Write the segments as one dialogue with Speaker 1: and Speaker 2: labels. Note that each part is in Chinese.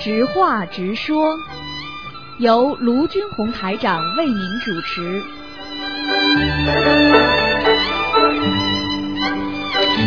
Speaker 1: 直话直说，由卢军红台长为您主持。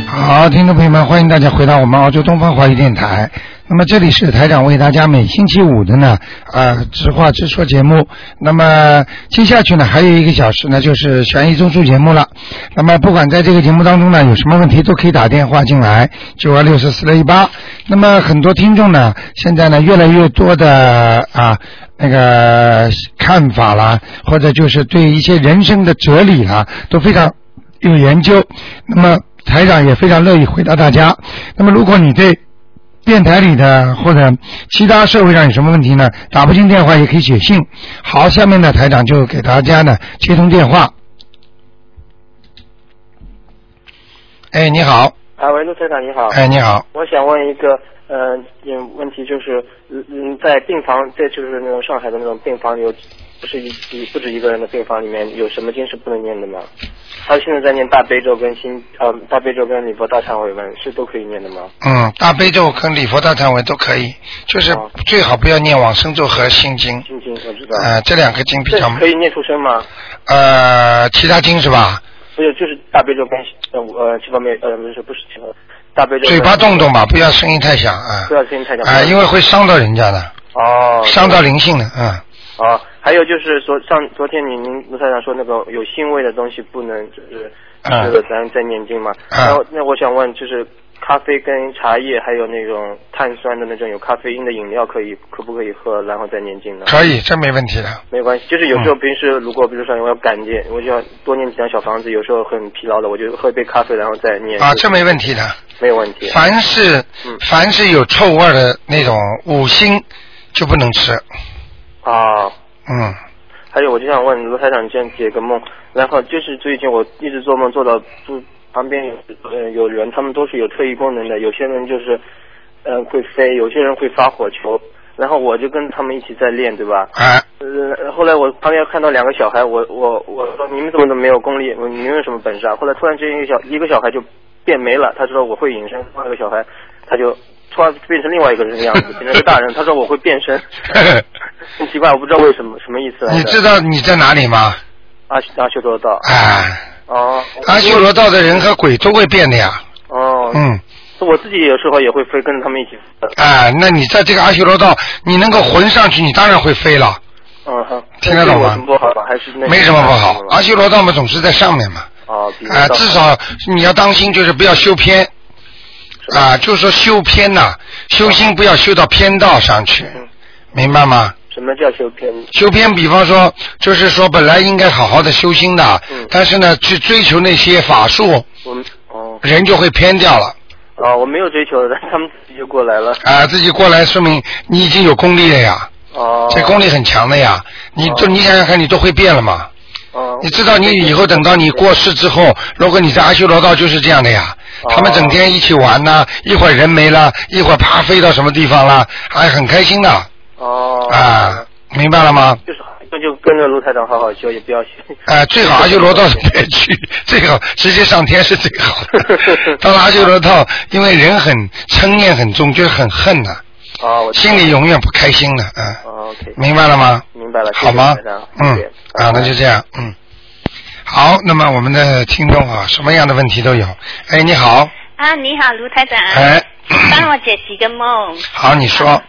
Speaker 2: 好，听众朋友们，欢迎大家回到我们澳洲东方华语电台。那么这里是台长为大家每星期五的呢，呃，直话直说节目。那么接下去呢，还有一个小时呢，就是悬疑综述节目了。那么不管在这个节目当中呢，有什么问题都可以打电话进来，九二六四四六一八。那么很多听众呢，现在呢越来越多的啊。那个看法啦，或者就是对一些人生的哲理啦，都非常有研究。那么台长也非常乐意回答大家。那么如果你对电台里的或者其他社会上有什么问题呢，打不进电话也可以写信。好，下面呢台长就给大家呢接通电话。哎，你好，
Speaker 3: 啊，喂，陆台长你好。
Speaker 2: 哎，你好，
Speaker 3: 我想问一个，呃，嗯，问题就是，嗯嗯，在病房，在就是那种上海的那种病房里，有不是一一不止一个人的病房里面，有什么经是不能念的吗？他现在在念大悲咒跟心，呃，大悲咒跟礼佛大忏悔文是都可以念的吗？
Speaker 2: 嗯，大悲咒跟礼佛大忏悔都可以，就是
Speaker 3: 哦
Speaker 2: 最好不要念往生咒和心经，
Speaker 3: 心经我知道。
Speaker 2: 呃，这两个经比
Speaker 3: 这
Speaker 2: 较
Speaker 3: 可以念出声吗？
Speaker 2: 呃，其他经是吧？
Speaker 3: 不是，就是大悲咒跟呃呃这方面呃不是不是这个大悲咒跟。
Speaker 2: 嘴巴动动吧，不要声音太响啊
Speaker 3: 不要声音太响。
Speaker 2: 啊，因为会伤到人家的，
Speaker 3: 哦。
Speaker 2: 伤到灵性的啊。
Speaker 3: 哦，还有就是昨上昨天你您卢台长说那个有腥味的东西不能就是
Speaker 2: 嗯
Speaker 3: 吃了咱再念经嘛。
Speaker 2: 嗯
Speaker 3: 然后那我想问就是咖啡跟茶叶还有那种碳酸的那种有咖啡因的饮料可以可不可以喝然后再念经呢？
Speaker 2: 可以，这没问题的。
Speaker 3: 没关系，就是有时
Speaker 2: 嗯
Speaker 3: 候平时如果比如说我要赶集，我就要多念几张小房子，有时候很疲劳了，我就喝一杯咖啡然后再念
Speaker 2: 啊，这没问题的。
Speaker 3: 没有问题。
Speaker 2: 凡是
Speaker 3: 嗯
Speaker 2: 凡是有臭味儿的那种五星就不能吃。
Speaker 3: 啊。
Speaker 2: 嗯，
Speaker 3: 还有，我就想问卢台长，这样解个梦，然后就是最近我一直做梦，做到住旁边有呃有人，他们都是有特异功能的，有些人就是嗯、呃会飞，有些人会发火球，然后我就跟他们一起在练，对吧？
Speaker 2: 啊，
Speaker 3: 呃，后来我旁边看到两个小孩，我我我说你们怎么都没有功力，你们有什么本事啊？后来突然之间一个小一个小孩就变没了，他说我会隐身，另外一个小孩他就突然变成另外一个人的样子，变成个大人，他说我会变身， 很奇怪，我不知道为什么什么意思来着。
Speaker 2: 你知道你在哪里吗？
Speaker 3: 阿修阿修罗道。
Speaker 2: 啊，
Speaker 3: 哦，
Speaker 2: 阿修罗道的人和鬼都会变的呀。
Speaker 3: 哦，
Speaker 2: 嗯，
Speaker 3: 我自己有时候也会飞，跟着他们一起飞的。
Speaker 2: 啊，那你在这个阿修罗道，你能够魂上去，你当然会飞了，
Speaker 3: 嗯哼，
Speaker 2: 听得懂吗
Speaker 3: 有什么不好吧？还是那个
Speaker 2: 没什么不好。阿修罗道嘛，总是在上面嘛。
Speaker 3: 哦，比如
Speaker 2: 啊，
Speaker 3: 到
Speaker 2: 至少你要当心，就是不要修偏。啊，就是说修偏呐、修心不要修到偏道上去，
Speaker 3: 嗯
Speaker 2: 明白吗？
Speaker 3: 什么叫修偏？
Speaker 2: 修偏，比方说，就是说本来应该好好的修心的，
Speaker 3: 嗯
Speaker 2: 但是呢，去追求那些法术，
Speaker 3: 我们哦
Speaker 2: 人就会偏掉了。
Speaker 3: 哦，我没有追求的，他们自己就过来了。
Speaker 2: 啊，自己过来说明你已经有功力了呀，
Speaker 3: 哦，
Speaker 2: 这功力很强的呀。你都你想想看，你都会变了嘛？
Speaker 3: 哦，
Speaker 2: 你知道，你以后等到你过世之后，如果你在阿修罗道就是这样的呀，
Speaker 3: 哦
Speaker 2: 他们整天一起玩呐、一会儿人没了，一会儿啪飞到什么地方了，还很开心的
Speaker 3: 哦
Speaker 2: 啊，，明白了吗？
Speaker 3: 就是那就跟着卢台长好好修，也不要修。
Speaker 2: 啊，最好阿修罗道是别去，最好直接上天是最好的。到了阿修罗道，因为人很嗔念很重，就是很恨呐、
Speaker 3: 哦，我知道
Speaker 2: 心里。永远不开心的，啊，
Speaker 3: 哦，OK，
Speaker 2: 明白了吗？
Speaker 3: 明白了，啊谢谢
Speaker 2: 好吗
Speaker 3: 台长？
Speaker 2: 嗯
Speaker 3: 谢谢，
Speaker 2: 啊，那就这样，嗯。好，那么我们的听众啊，什么样的问题都有。哎，你好，
Speaker 4: 啊，你好，卢台长，
Speaker 2: 哎，
Speaker 4: 帮我解几个梦。
Speaker 2: 好，你说，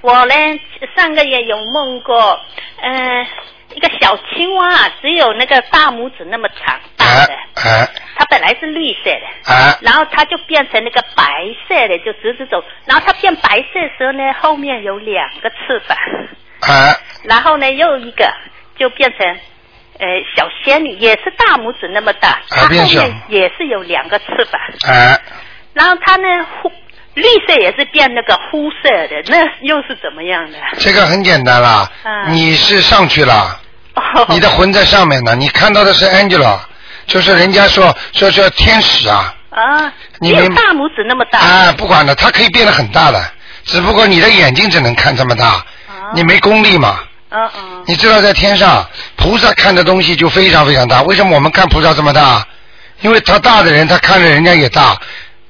Speaker 4: 我呢，上个月有梦过，呃，一个小青蛙，只有那个大拇指那么长大
Speaker 2: 哎
Speaker 4: 的，
Speaker 2: 哎
Speaker 4: 它本来是绿色的，
Speaker 2: 哎，
Speaker 4: 然后它就变成那个白色的，就直直走。然后它变白色的时候呢，后面有两个翅膀，
Speaker 2: 哎
Speaker 4: 然后呢又一个就变成。呃，小仙女也是大拇指那么大，它
Speaker 2: 啊变
Speaker 4: 后
Speaker 2: 小
Speaker 4: 面也是有两个翅膀。
Speaker 2: 哎，
Speaker 4: 然后它呢，灰绿色也是变那个灰色的，那又是怎么样的？
Speaker 2: 这个很简单啦，
Speaker 4: 嗯
Speaker 2: 你是上去了，
Speaker 4: 哦，
Speaker 2: 你的魂在上面呢，你看到的是 Angela，就是人家说说说天使啊，
Speaker 4: 啊，
Speaker 2: 你
Speaker 4: 只有
Speaker 2: 明
Speaker 4: 大拇指那么大。
Speaker 2: 啊，不管了，它可以变得很大的，只不过你的眼睛只能看这么大，
Speaker 4: 啊
Speaker 2: 你没功力嘛。
Speaker 4: 嗯嗯
Speaker 2: 你知道在天上，菩萨看的东西就非常非常大。为什么我们看菩萨这么大？因为他大的人，他看着人家也大，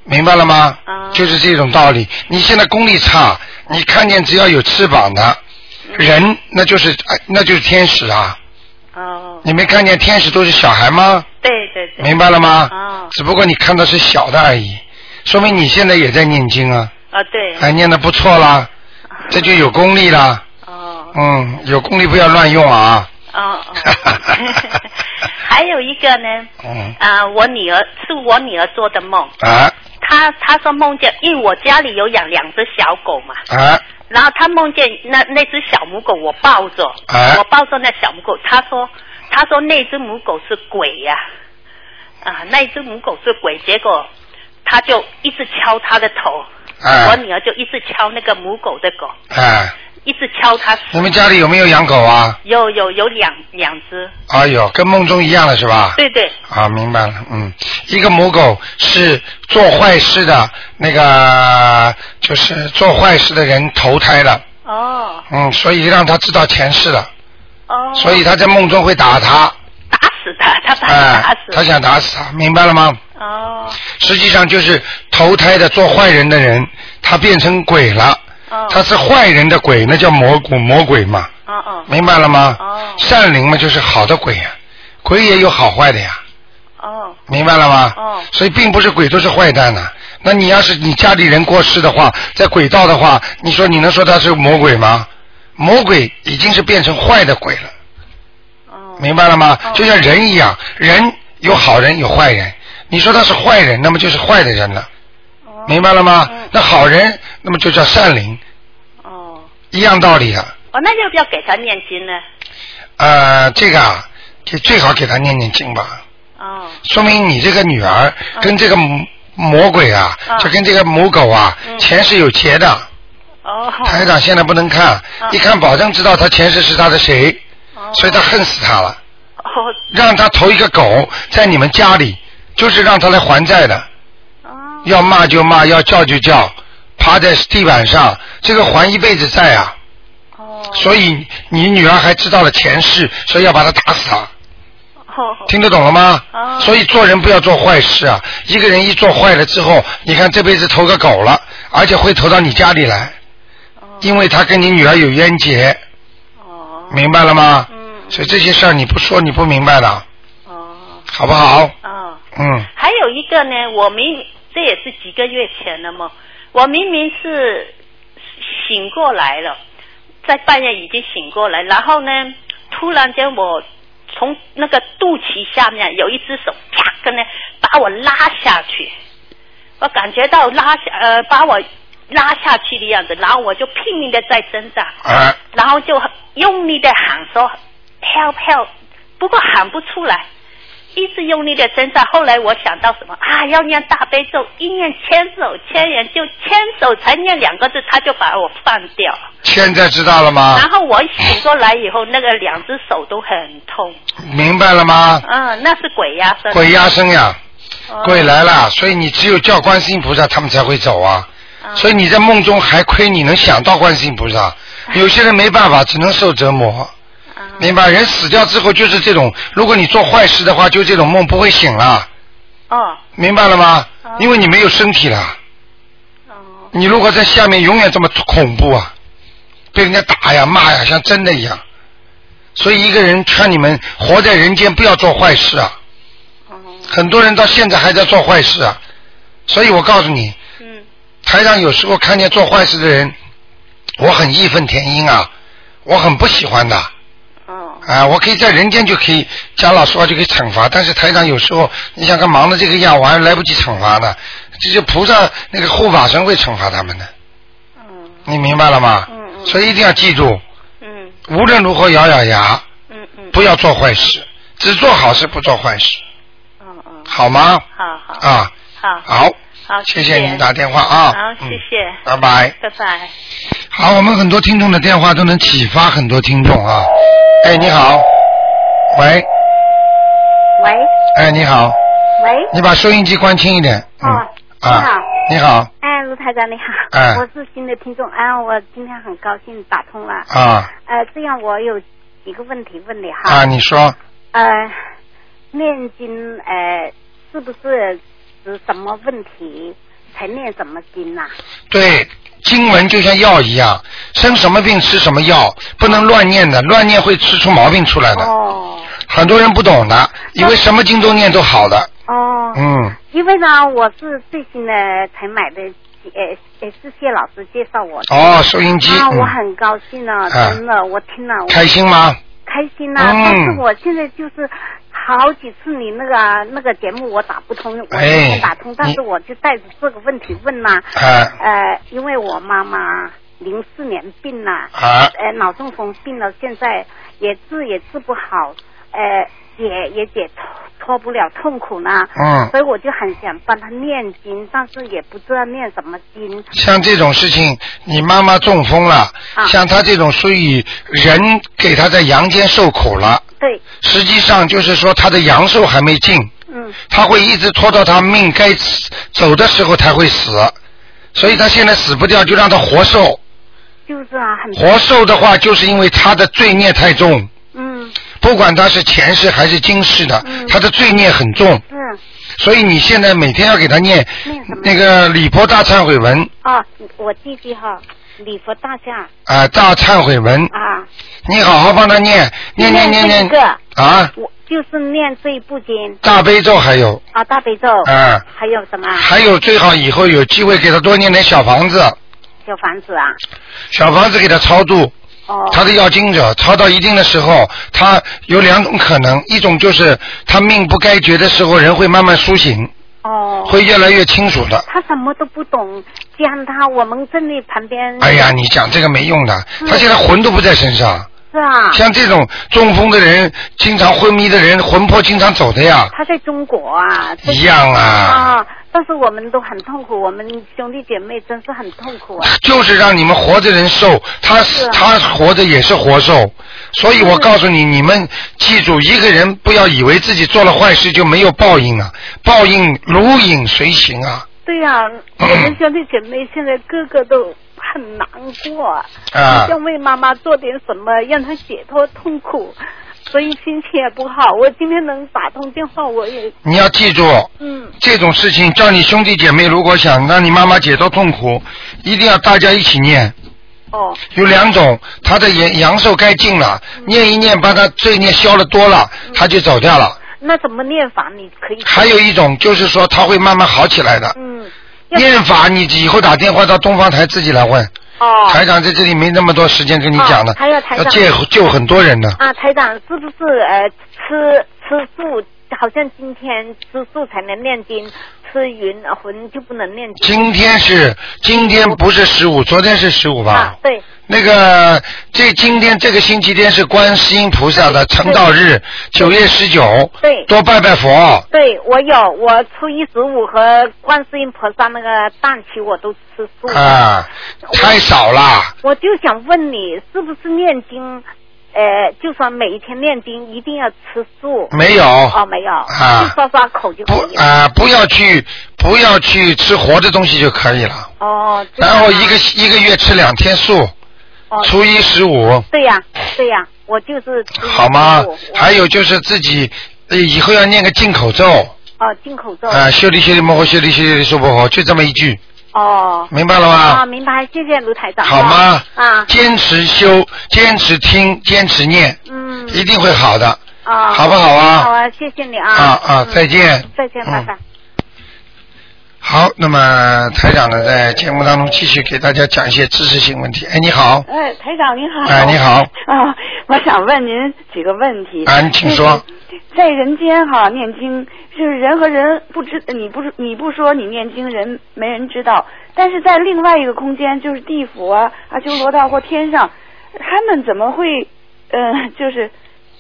Speaker 2: 明白了吗？
Speaker 4: 啊
Speaker 2: 就是这种道理。你现在功力差，你看见只要有翅膀的人，那就是哎那就是天使啊！
Speaker 4: 哦，
Speaker 2: 你没看见天使都是小孩吗？
Speaker 4: 对对对，
Speaker 2: 明白了吗？
Speaker 4: 哦
Speaker 2: 只不过你看到是小的而已，说明你现在也在念经啊，
Speaker 4: 啊对，
Speaker 2: 还念的不错啦，这就有功力啦。
Speaker 4: 哦
Speaker 2: 嗯，有功力不要乱用啊。
Speaker 4: 哦哦， 还有一个呢，
Speaker 2: 嗯
Speaker 4: 啊、我女儿是我女儿做的梦，
Speaker 2: 啊
Speaker 4: 她她说梦见，因为我家里有养两只小狗嘛，
Speaker 2: 啊
Speaker 4: 然后她梦见那那只小母狗我抱着，
Speaker 2: 哎
Speaker 4: 我抱着那小母狗，她说她说那只母狗是鬼呀、啊，那只母狗是鬼，结果她就一直敲她的头，我
Speaker 2: 啊
Speaker 4: 女儿就一直敲那个母狗的狗，
Speaker 2: 啊！
Speaker 4: 一直敲她死，
Speaker 2: 你们家里有没有养狗啊？
Speaker 4: 有有有两两只，
Speaker 2: 哎呦，跟梦中一样了是吧？
Speaker 4: 对对，
Speaker 2: 啊，明白了，嗯，一个母狗是做坏事的那个，就是做坏事的人投胎了，
Speaker 4: 哦
Speaker 2: 嗯，所以让他知道前世了，
Speaker 4: 哦，
Speaker 2: 所以他在梦中会打他，
Speaker 4: 打死他，他把
Speaker 2: 哎、
Speaker 4: 他打死，
Speaker 2: 他想打死他，明白了吗？
Speaker 4: 哦
Speaker 2: 实际上就是投胎的做坏人的人，他变成鬼了，
Speaker 4: 哦，
Speaker 2: 他是坏人的鬼，那叫魔鬼魔鬼嘛，
Speaker 4: 哦哦
Speaker 2: 明白了吗？
Speaker 4: 哦
Speaker 2: 善灵嘛就是好的鬼呀、鬼也有好坏的呀，
Speaker 4: 哦
Speaker 2: 明白了吗？
Speaker 4: 哦
Speaker 2: 所以并不是鬼都是坏蛋呐、那你要是你家里人过世的话，在鬼道的话，你说你能说他是魔鬼吗？魔鬼已经是变成坏的鬼了，
Speaker 4: 哦，
Speaker 2: 明白了吗？
Speaker 4: 哦
Speaker 2: 就像人一样，人有好人有坏人，你说他是坏人，那么就是坏的人了，
Speaker 4: 哦
Speaker 2: 明白了吗？
Speaker 4: 嗯
Speaker 2: 那好人，那么就叫善灵，
Speaker 4: 哦
Speaker 2: 一样道理啊。
Speaker 4: 哦，那要不要给他念经呢？
Speaker 2: 呃，这个啊，就最好给他念念经吧，
Speaker 4: 哦
Speaker 2: 说明你这个女儿
Speaker 4: 嗯
Speaker 2: 跟这个魔魔鬼啊，
Speaker 4: 嗯
Speaker 2: 就跟这个母狗啊，
Speaker 4: 嗯
Speaker 2: 前世有结的。
Speaker 4: 哦，
Speaker 2: 台长现在不能看，
Speaker 4: 嗯
Speaker 2: 一看保证知道他前世是他的谁，
Speaker 4: 哦
Speaker 2: 所以他恨死他了，
Speaker 4: 哦
Speaker 2: 让他投一个狗在你们家里，就是让他来还债的，
Speaker 4: 哦
Speaker 2: 要骂就骂，要叫就叫，趴在地板上，这个还一辈子债啊。
Speaker 4: 哦，
Speaker 2: 所以你女儿还知道了前世，所以要把他打死啊。
Speaker 4: 哦
Speaker 2: 听得懂了吗？
Speaker 4: 哦
Speaker 2: 所以做人不要做坏事啊！一个人一做坏了之后，你看这辈子投个狗了，而且会投到你家里来，
Speaker 4: 哦
Speaker 2: 因为他跟你女儿有冤结，
Speaker 4: 哦
Speaker 2: 明白了吗？
Speaker 4: 嗯
Speaker 2: 所以这些事儿你不说你不明白的，
Speaker 4: 哦
Speaker 2: 好不好？
Speaker 4: 哦，
Speaker 2: 嗯
Speaker 4: 还有一个呢，我明这也是几个月前了嘛，我明明是醒过来了，在半夜已经醒过来，然后呢，突然间我从那个肚脐下面有一只手啪跟呢把我拉下去，我感觉到拉下呃把我拉下去的样子，然后我就拼命的在挣扎，
Speaker 2: 啊
Speaker 4: 然后就用力的喊说 help help，不过喊不出来，一直用力的挣扎。后来我想到什么啊，要念大悲咒，一念千手千眼，就千手才念两个字，他就把我放掉了。
Speaker 2: 现在知道了吗？
Speaker 4: 然后我醒过来以后，那个两只手都很痛，
Speaker 2: 明白了吗？
Speaker 4: 嗯，那是鬼压身，
Speaker 2: 鬼压身呀，
Speaker 4: 哦
Speaker 2: 鬼来了，所以你只有叫观世音菩萨，他们才会走啊。
Speaker 4: 嗯
Speaker 2: 所以你在梦中还亏你能想到观世音菩 萨，有些人没办法，只能受折磨。
Speaker 4: 嗯
Speaker 2: 明白？人死掉之后就是这种，如果你做坏事的话，就这种梦不会醒了，
Speaker 4: 哦
Speaker 2: 明白了吗
Speaker 4: 哦？
Speaker 2: 因为你没有身体了，
Speaker 4: 哦
Speaker 2: 你如果在下面永远这么恐怖啊，被人家打呀骂呀，像真的一样。所以一个人劝你们活在人间不要做坏事啊，
Speaker 4: 哦，
Speaker 2: 很多人到现在还在做坏事啊。所以我告诉你，
Speaker 4: 嗯
Speaker 2: 台上有时候看见做坏事的人，我很义愤填膺啊，我很不喜欢的。
Speaker 4: 哦
Speaker 2: 啊，我可以在人间就可以讲老实话就可以惩罚，但是台长有时候你想看忙的这个样，我还来不及惩罚呢，这就菩萨那个护法神会惩罚他们的，
Speaker 4: 嗯
Speaker 2: 你明白了吗？
Speaker 4: 嗯嗯
Speaker 2: 所以一定要记住，
Speaker 4: 嗯
Speaker 2: 无论如何咬咬牙，
Speaker 4: 嗯嗯，
Speaker 2: 不要做坏事，只做好事不做坏事，
Speaker 4: 嗯嗯，
Speaker 2: 好吗？
Speaker 4: 好好
Speaker 2: 啊，
Speaker 4: 好
Speaker 2: 好，
Speaker 4: 好，
Speaker 2: 谢
Speaker 4: 谢
Speaker 2: 您打电话啊。
Speaker 4: 好，谢谢，
Speaker 2: 嗯，拜拜。
Speaker 4: 拜拜。
Speaker 2: 好，我们很多听众的电话都能启发很多听众啊。哎，你好，喂，
Speaker 5: 喂
Speaker 2: 哎，你好，
Speaker 5: 喂，
Speaker 2: 你把收音机关轻一点。嗯。
Speaker 5: 哦，
Speaker 2: 啊，你好
Speaker 5: 哎，卢台长你好，
Speaker 2: 哎
Speaker 5: 我是新的听众，啊，我今天很高兴打通了，
Speaker 2: 啊
Speaker 5: 呃，这样我有几个问题问你哈，
Speaker 2: 啊，你说
Speaker 5: 呃，念经呃是不是指什么问题？才念什么经啊呐、
Speaker 2: 对，经文就像药一样，生什么病吃什么药，不能乱念的，乱念会吃出毛病出来的。
Speaker 5: 哦
Speaker 2: 很多人不懂的，以为什么经都念都好的。
Speaker 5: 哦，
Speaker 2: 嗯，
Speaker 5: 因为呢，我是最近呢才买的，呃，也是谢老师介绍我的。
Speaker 2: 哦，收音机，
Speaker 5: 啊，
Speaker 2: 嗯
Speaker 5: 我很高兴啊，
Speaker 2: 啊
Speaker 5: 真的，我听了，我
Speaker 2: 开心吗？
Speaker 5: 开心呐、
Speaker 2: 嗯
Speaker 5: 但是我现在就是好几次你那个那个节目我打不通，我
Speaker 2: 哎
Speaker 5: 没有打通，但
Speaker 2: 你
Speaker 5: 是我就带着这个问题问呐、
Speaker 2: 啊
Speaker 5: 呃，因为我妈妈零四年病了，
Speaker 2: 啊
Speaker 5: 呃，脑中风病了，现在也治也治不好，呃，也也解脱脱不了痛苦呢。
Speaker 2: 嗯，
Speaker 5: 所以我就很想帮她念经，但是也不知道念什么经。
Speaker 2: 像这种事情，你妈妈中风了，
Speaker 5: 啊
Speaker 2: 像她这种属于人给她在阳间受苦了，
Speaker 5: 对，
Speaker 2: 实际上就是说她的阳寿还没尽，
Speaker 5: 嗯，
Speaker 2: 她会一直拖到她命该死走的时候才会死，所以她现在死不掉，就让她活受。
Speaker 5: 就是啊，很
Speaker 2: 活受的话，就是因为他的罪孽太重，
Speaker 5: 嗯
Speaker 2: 不管他是前世还是今世的，
Speaker 5: 嗯
Speaker 2: 他的罪孽很重，
Speaker 5: 是
Speaker 2: 所以你现在每天要给他念
Speaker 5: 念什么
Speaker 2: 那个礼佛大忏悔文
Speaker 5: 啊，我弟弟哈，礼佛大厦
Speaker 2: 啊、大忏悔文，
Speaker 5: 啊，
Speaker 2: 你好好帮他念，念念念念
Speaker 5: 念这一个
Speaker 2: 啊，
Speaker 5: 我就是念这一部经
Speaker 2: 大悲咒还有
Speaker 5: 啊，大悲咒，
Speaker 2: 啊，
Speaker 5: 还有什么
Speaker 2: 还有最好以后有机会给他多念点小房子，
Speaker 5: 小房子啊？
Speaker 2: 小房子给他超度，
Speaker 5: 哦，
Speaker 2: 他的要经者超到一定的时候，他有两种可能，一种就是他命不该绝的时候，人会慢慢苏醒，
Speaker 5: 哦，
Speaker 2: 会越来越清楚的。
Speaker 5: 他什么都不懂，讲他我们这里旁边
Speaker 2: 哎呀，你讲这个没用的，
Speaker 5: 嗯
Speaker 2: 他现在魂都不在身上。
Speaker 5: 是啊，
Speaker 2: 像这种中风的人，经常昏迷的人，魂魄经常走的 呀。
Speaker 5: 他在中国啊，在
Speaker 2: 一样啊
Speaker 5: 啊，但是我们都很痛苦，我们兄弟姐妹真是很痛苦啊。
Speaker 2: 就是让你们活着人受，他
Speaker 5: 是啊
Speaker 2: 他活着也是活受，所以我
Speaker 5: 嗯
Speaker 2: 告诉你，你们记住，一个人不要以为自己做了坏事就没有报应啊，报应如影随形啊。
Speaker 5: 对呀、我们兄弟姐妹现在个个都很难过，
Speaker 2: 啊
Speaker 5: 想为妈妈做点什么，让她解脱痛苦，所以心情也不好。我今天能打通电话，我也
Speaker 2: 你要记住，
Speaker 5: 嗯，
Speaker 2: 这种事情叫你兄弟姐妹，如果想让你妈妈解脱痛苦，一定要大家一起念。
Speaker 5: 哦，
Speaker 2: 有两种，他的阳阳寿该尽了，
Speaker 5: 嗯
Speaker 2: 念一念把他罪孽消的多了，他就走掉了。
Speaker 5: 那怎么念法？你可以
Speaker 2: 还有一种就是说他会慢慢好起来的。
Speaker 5: 嗯，要
Speaker 2: 念法，你以后打电话到东方台自己来问。
Speaker 5: 哦
Speaker 2: 台长在这里没那么多时间跟你讲的
Speaker 5: 哦，还有台
Speaker 2: 要
Speaker 5: 长
Speaker 2: 救救很多人的。
Speaker 5: 啊，台长是不是呃吃吃素？好像今天吃素才能念经，吃云呃魂就不能念经
Speaker 2: 今天是今天不是十五，昨天是十五吧？
Speaker 5: 啊？对，
Speaker 2: 那个，这今天这个星期天是观世音菩萨的成道日，九月十九，
Speaker 5: 对
Speaker 2: 多拜拜佛。
Speaker 5: 对，我有，我初一十五和观世音菩萨那个档期我都吃素。
Speaker 2: 啊，太少了，
Speaker 5: 我就想问你，是不是念经？呃，就说每一天念经一定要吃素。
Speaker 2: 没有。
Speaker 5: 哦，没有，
Speaker 2: 啊
Speaker 5: 就刷刷口就可
Speaker 2: 不
Speaker 5: 以了。
Speaker 2: 啊、不要去，不要去吃活的东西就可以了。
Speaker 5: 哦，这样
Speaker 2: 然
Speaker 5: 啊
Speaker 2: 后一个一个月吃两天素，
Speaker 5: 哦，
Speaker 2: 初一十五，
Speaker 5: 对呀、对呀、我就是初一
Speaker 2: 好吗
Speaker 5: 十五？
Speaker 2: 还有就是自己呃以后要念个进口咒
Speaker 5: 哦，进口咒。
Speaker 2: 啊，修理修理摩诃修理修理娑婆诃，就这么一句，
Speaker 5: 哦。
Speaker 2: 明白了吗？
Speaker 5: 啊，明白，谢谢卢台长。
Speaker 2: 好吗？
Speaker 5: 啊，
Speaker 2: 坚持修，坚持听，坚持念，
Speaker 5: 嗯，
Speaker 2: 一定会好的。
Speaker 5: 啊，
Speaker 2: 好不好啊
Speaker 5: 好啊，谢谢你啊。
Speaker 2: 啊啊，
Speaker 5: 嗯
Speaker 2: 再见。
Speaker 5: 再见，拜拜
Speaker 2: 嗯。好，那么台长呢，在节目当中继续给大家讲一些知识性问题。哎，你好，
Speaker 6: 哎，台长您好。
Speaker 2: 哎你好
Speaker 6: 啊，我想问您几个问题。
Speaker 2: 啊，你请说。
Speaker 6: 在人间哈，念经就是人和人不知，你不知你不说你念经，人没人知道。但是在另外一个空间，就是地府啊、阿修罗道或天上，他们怎么会，呃， 就是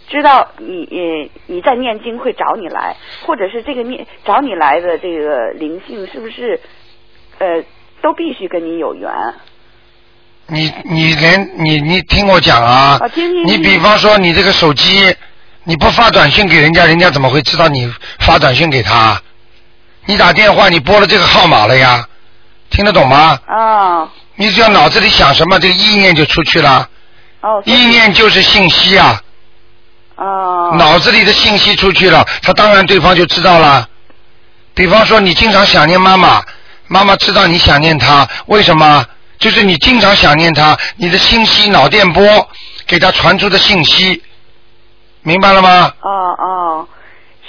Speaker 6: 知道你呃你在念经会找你来，或者是这个念找你来的这个灵性是不是，呃，都必须跟你有缘？
Speaker 2: 你你连你你听我讲啊
Speaker 5: 哦
Speaker 6: 啊听听，听
Speaker 2: 你比方说你这个手机，你不发短信给人家，人家怎么会知道你发短信给他？你打电话，你拨了这个号码了呀，听得懂吗？
Speaker 6: 哦
Speaker 2: 你只要脑子里想什么，这个意念就出去了。
Speaker 6: 哦，所以
Speaker 2: 意念就是信息啊，
Speaker 6: 哦，
Speaker 2: 脑子里的信息出去了，他当然对方就知道了。比方说，你经常想念妈妈，妈妈知道你想念她，为什么？就是你经常想念她，你的信息脑电波给她传出的信息，明白了吗？
Speaker 6: 哦哦，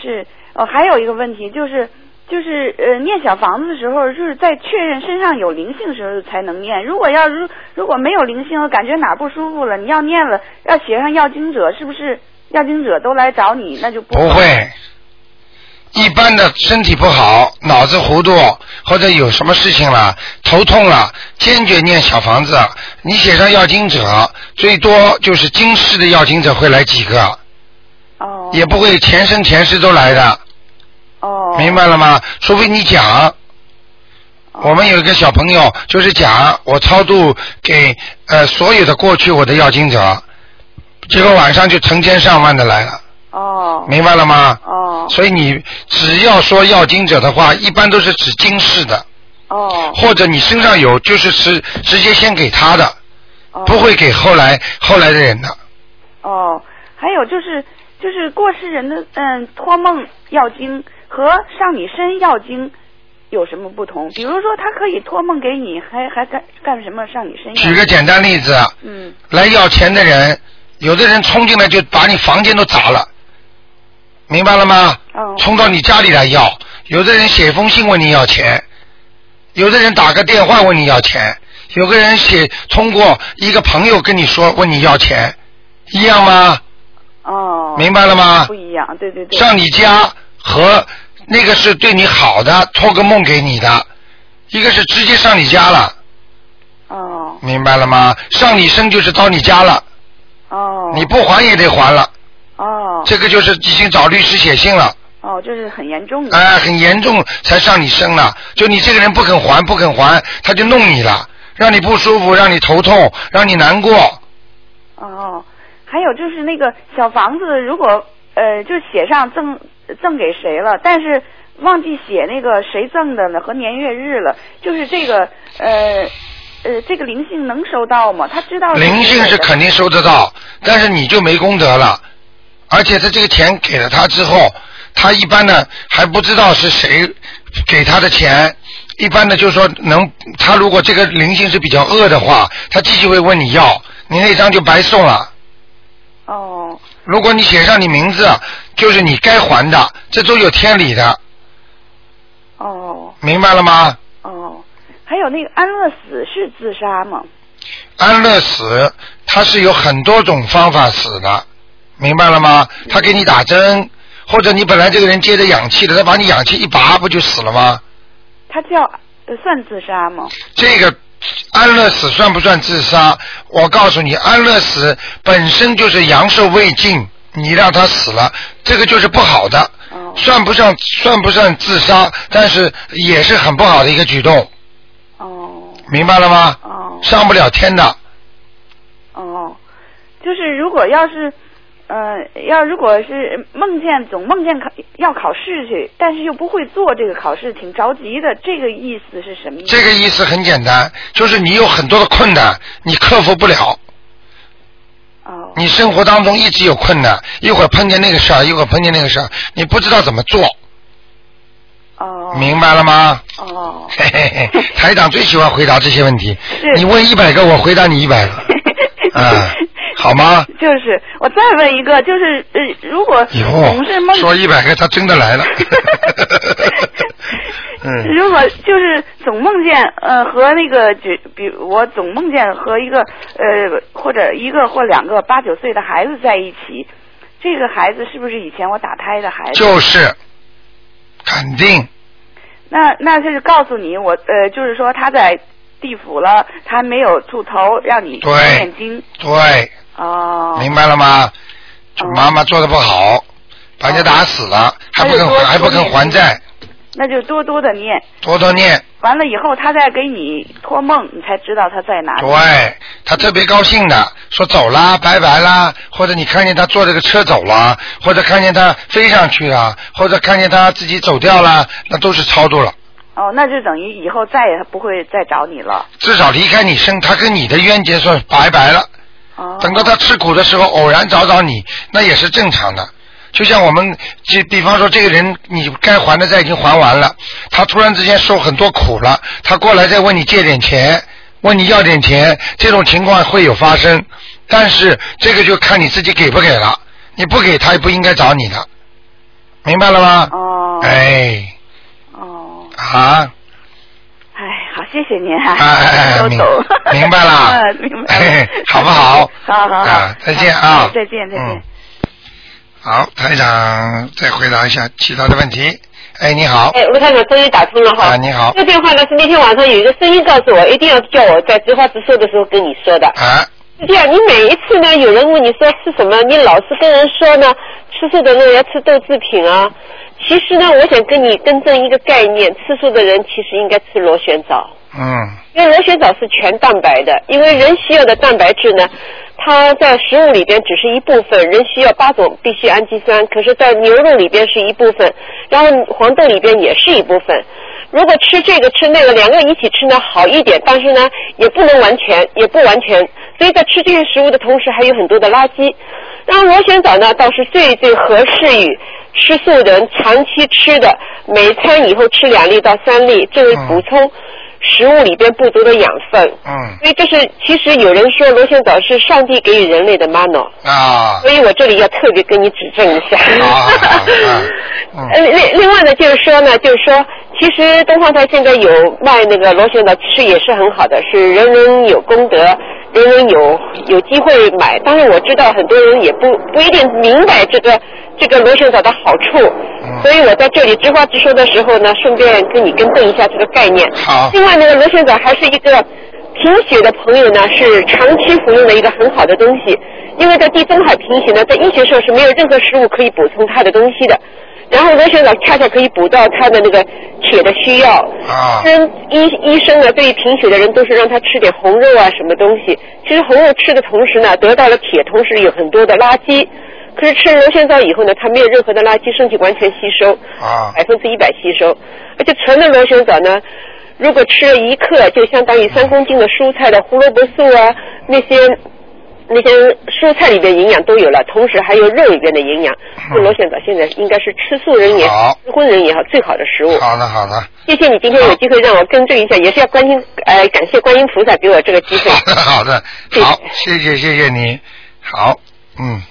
Speaker 6: 是哦，还有一个问题就是就是呃，念小房子的时候，就是在确认身上有灵性的时候才能念。如果要如如果没有灵性，感觉哪儿不舒服了，你要念了，要写上要经者，是不是要经者都来找你，那就不
Speaker 2: 不会。一般的身体不好，脑子糊涂，或者有什么事情了，头痛了，坚决念小房子。你写上要经者，最多就是今世的要经者会来几个，
Speaker 6: 哦
Speaker 2: 也不会前生前世都来的，
Speaker 6: 哦
Speaker 2: 明白了吗？除非你讲，
Speaker 6: 哦
Speaker 2: 我们有一个小朋友就是讲我超度给呃所有的过去我的要经者，结果晚上就成千上万的来了，
Speaker 6: 哦
Speaker 2: 明白了吗？
Speaker 6: 哦
Speaker 2: 所以你只要说要经者的话，一般都是指经世的，
Speaker 6: 哦
Speaker 2: 或者你身上有，就是直直接先给他的，
Speaker 6: 哦
Speaker 2: 不会给后来后来的人的。
Speaker 6: 哦，还有就是就是过世人的嗯托梦要经和上你身要经有什么不同？比如说他可以托梦给你，还还干干什么上你身要经？
Speaker 2: 举个简单例子，
Speaker 6: 嗯
Speaker 2: 来要钱的人，有的人冲进来就把你房间都砸了，明白了吗？
Speaker 6: 哦
Speaker 2: 冲到你家里来要，有的人写封信问你要钱，有的人打个电话问你要钱，有个人写通过一个朋友跟你说问你要钱，一样吗？
Speaker 6: 哦，
Speaker 2: 明白了吗
Speaker 6: 不？一样，对对对，
Speaker 2: 上你家和那个是对你好的，托个梦给你的，一个是直接上你家了，
Speaker 6: 哦
Speaker 2: 明白了吗？上你身就是到你家了，
Speaker 6: 哦，
Speaker 2: 你不还也得还了，
Speaker 6: 哦
Speaker 2: 这个就是已经找律师写信了，
Speaker 6: 哦，这是很严重的，
Speaker 2: 哎，很严重才上你身了。就你这个人不肯还，不肯还，他就弄你了，让你不舒服，让你头痛，让你难过。
Speaker 6: 哦，还有就是那个小房子，如果呃，就写上赠赠给谁了，但是忘记写那个谁赠的了和年月日了，就是这个呃呃，这个灵性能收到吗？他知道
Speaker 2: 灵性是肯定收得到，但是你就没功德了。而且他这个钱给了他之后，他一般呢还不知道是谁给他的钱。一般的就是说能，他如果这个灵性是比较恶的话，他继续会问你要，你那张就白送了。
Speaker 6: 哦
Speaker 2: 如果你写上你名字，就是你该还的，这都有天理的，
Speaker 6: 哦
Speaker 2: 明白了吗？
Speaker 6: 哦，还有那个安乐死是自杀吗？
Speaker 2: 安乐死，它是有很多种方法死的，明白了吗？他给你打针，或者你本来这个人接着氧气的，他把你氧气一拔，不就死了吗？
Speaker 6: 他叫呃算自杀吗？
Speaker 2: 这个安乐死算不算自杀？我告诉你，安乐死本身就是阳寿未尽，你让他死了，这个就是不好的，
Speaker 6: 哦
Speaker 2: 算不上算不上自杀，但是也是很不好的一个举动，
Speaker 6: 哦
Speaker 2: 明白了吗？
Speaker 6: 哦。
Speaker 2: 上不了天的。
Speaker 6: 哦，就是如果要是，呃，要如果是梦见总梦见考要考试去，但是又不会做这个考试，挺着急的，这个意思是什么意思？
Speaker 2: 这个意思很简单，就是你有很多的困难，你克服不了，
Speaker 6: 哦
Speaker 2: 你生活当中一直有困难，一会儿碰见那个事儿，一会儿碰见那个事儿，你不知道怎么做，
Speaker 6: 哦
Speaker 2: 明白了 吗？，
Speaker 6: 哦
Speaker 2: 嘿嘿嘿，台长最喜欢回答这些问题
Speaker 6: 是，
Speaker 2: 你问一百个，我回答你一百 个，嗯，好吗？
Speaker 6: 就是我再问一个，就是呃，如果
Speaker 2: 哟
Speaker 6: 总是梦，
Speaker 2: 说一百个，他真的 来了。 嗯，
Speaker 6: 如果就是总梦见呃和那个举，比如我总梦见和一个呃或者一个或两个八九岁的孩子在一起，这个孩子是不是以前我打胎的孩子？
Speaker 2: 就是，肯定
Speaker 6: 那那就是告诉你，我呃，就是说他在地府了，他没有出头，让你
Speaker 2: 对
Speaker 6: 念经
Speaker 2: 对。
Speaker 6: 哦。
Speaker 2: 明白了吗？
Speaker 6: 哦
Speaker 2: 妈妈做的不好，把人家打死了，还不肯还还不肯还债，
Speaker 6: 那就多多的念，
Speaker 2: 多多念。
Speaker 6: 完了以后他再给你托梦，你才知道他在哪里。
Speaker 2: 对，他特别高兴的，说走啦，拜拜啦，或者你看见他坐这个车走了，或者看见他飞上去了，或者看见他自己走掉了，那都是超度了。
Speaker 6: 哦，那就等于以后再也不会再找你了。
Speaker 2: 至少离开你身，他跟你的冤结算拜拜了。
Speaker 6: 哦。
Speaker 2: 等到他吃苦的时候，偶然找找你，那也是正常的。就像我们，这比方说这个人，你该还的债已经还完了，他突然之间受很多苦了，他过来再问你借点钱，问你要点钱，这种情况会有发生。但是这个就看你自己给不给了，你不给他也不应该找你的，明白了吗？
Speaker 6: 哦
Speaker 2: 哎，
Speaker 6: 哦，
Speaker 2: 啊。
Speaker 6: 哎，好，谢谢您啊，
Speaker 2: 哎哎
Speaker 6: 都
Speaker 2: 明
Speaker 6: 懂，
Speaker 2: 明白了，
Speaker 6: 嗯明白了
Speaker 2: 好不好
Speaker 6: 好好好
Speaker 2: 啊再见啊
Speaker 6: 好再见，再
Speaker 2: 嗯
Speaker 6: 见。
Speaker 2: 好，台长再回答一下其他的问题。哎，你好，
Speaker 7: 哎，吴台长终于打通了哈。
Speaker 2: 啊你好
Speaker 7: 这个电话呢是那天晚上有一个声音告诉我，一定要叫我在直话直说的时候跟你说的。
Speaker 2: 啊，
Speaker 7: 是这样，你每一次呢，有人问你说吃什么，你老是跟人说呢，吃素的人要吃豆制品啊。其实呢，我想跟你更正一个概念，吃素的人其实应该吃螺旋藻。
Speaker 2: 嗯
Speaker 7: 因为螺旋藻是全蛋白的，因为人需要的蛋白质呢，它在食物里边只是一部分，人需要八种必需氨基酸，可是，在牛肉里边是一部分，然后黄豆里边也是一部分。如果吃这个吃那个两个一起吃呢好一点，但是呢也不能完全，也不完全，所以在吃这些食物的同时还有很多的垃圾。然后螺旋藻呢倒是最最合适于吃素人长期吃的，每餐以后吃两粒到三粒，这为补充。食物里边不足的养分。
Speaker 2: 嗯
Speaker 7: 所以这是，其实有人说螺旋藻是上帝给予人类的 mana，
Speaker 2: 啊
Speaker 7: 所，以我这里要特别跟你指正一下。
Speaker 2: 好好好嗯
Speaker 7: 呃，另另外呢，就是说呢，就是说，其实东方台现在有卖那个螺旋藻，其实也是很好的，是人人有功德，人人有有机会买。当然我知道很多人也不不一定明白这个这个螺旋藻的好处，
Speaker 2: 嗯
Speaker 7: 所以我在这里直话直说的时候呢，顺便跟你更正一下这个概念。
Speaker 2: 好，
Speaker 7: 另外那个螺旋藻还是一个贫血的朋友呢，是长期服用的一个很好的东西，因为在地中海贫血呢，在医学上是没有任何食物可以补充它的东西的。然后螺旋藻恰恰可以补到它的那个铁的需要。
Speaker 2: 啊
Speaker 7: 跟医医生呢，对于贫血的人都是让他吃点红肉啊，什么东西。其实红肉吃的同时呢，得到了铁，同时有很多的垃圾。可是吃了螺旋藻以后呢，它没有任何的垃圾，身体完全吸收。
Speaker 2: 啊
Speaker 7: 百分之一百吸收，而且纯的螺旋藻呢，如果吃了一克，就相当于三公斤的蔬菜的胡萝卜素啊，那些那些蔬菜里边营养都有了，同时还有肉里边的营养。
Speaker 2: 嗯
Speaker 7: 螺旋藻现在应该是吃素人也
Speaker 2: 好
Speaker 7: 好，吃荤人也好，最好的食物。
Speaker 2: 好的好的，
Speaker 7: 谢谢你今天有机会让我更正一下，也是要观音呃感谢观音菩萨给我这个机会。
Speaker 2: 好的 好的，好，谢谢谢谢你，好，嗯。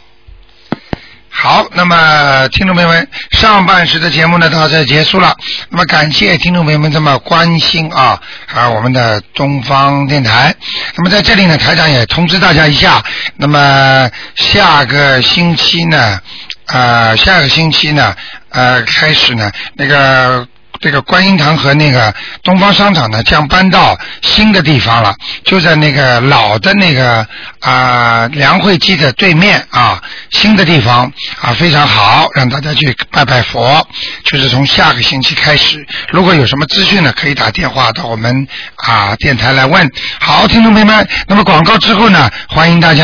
Speaker 2: 好，那么听众朋友们，上半时的节目呢到这结束了。那么感谢听众朋友们这么关心啊啊我们的东方电台。那么在这里呢，台长也通知大家一下，那么下个星期呢，呃，下个星期呢，呃，开始呢，那个。这个观音堂和那个东方商场呢，将搬到新的地方了，就在那个老的那个啊、梁惠基的对面啊，新的地方啊非常好，让大家去拜拜佛。就是从下个星期开始，如果有什么资讯呢，可以打电话到我们啊电台来问。好，听众朋友们，那么广告之后呢，欢迎大家。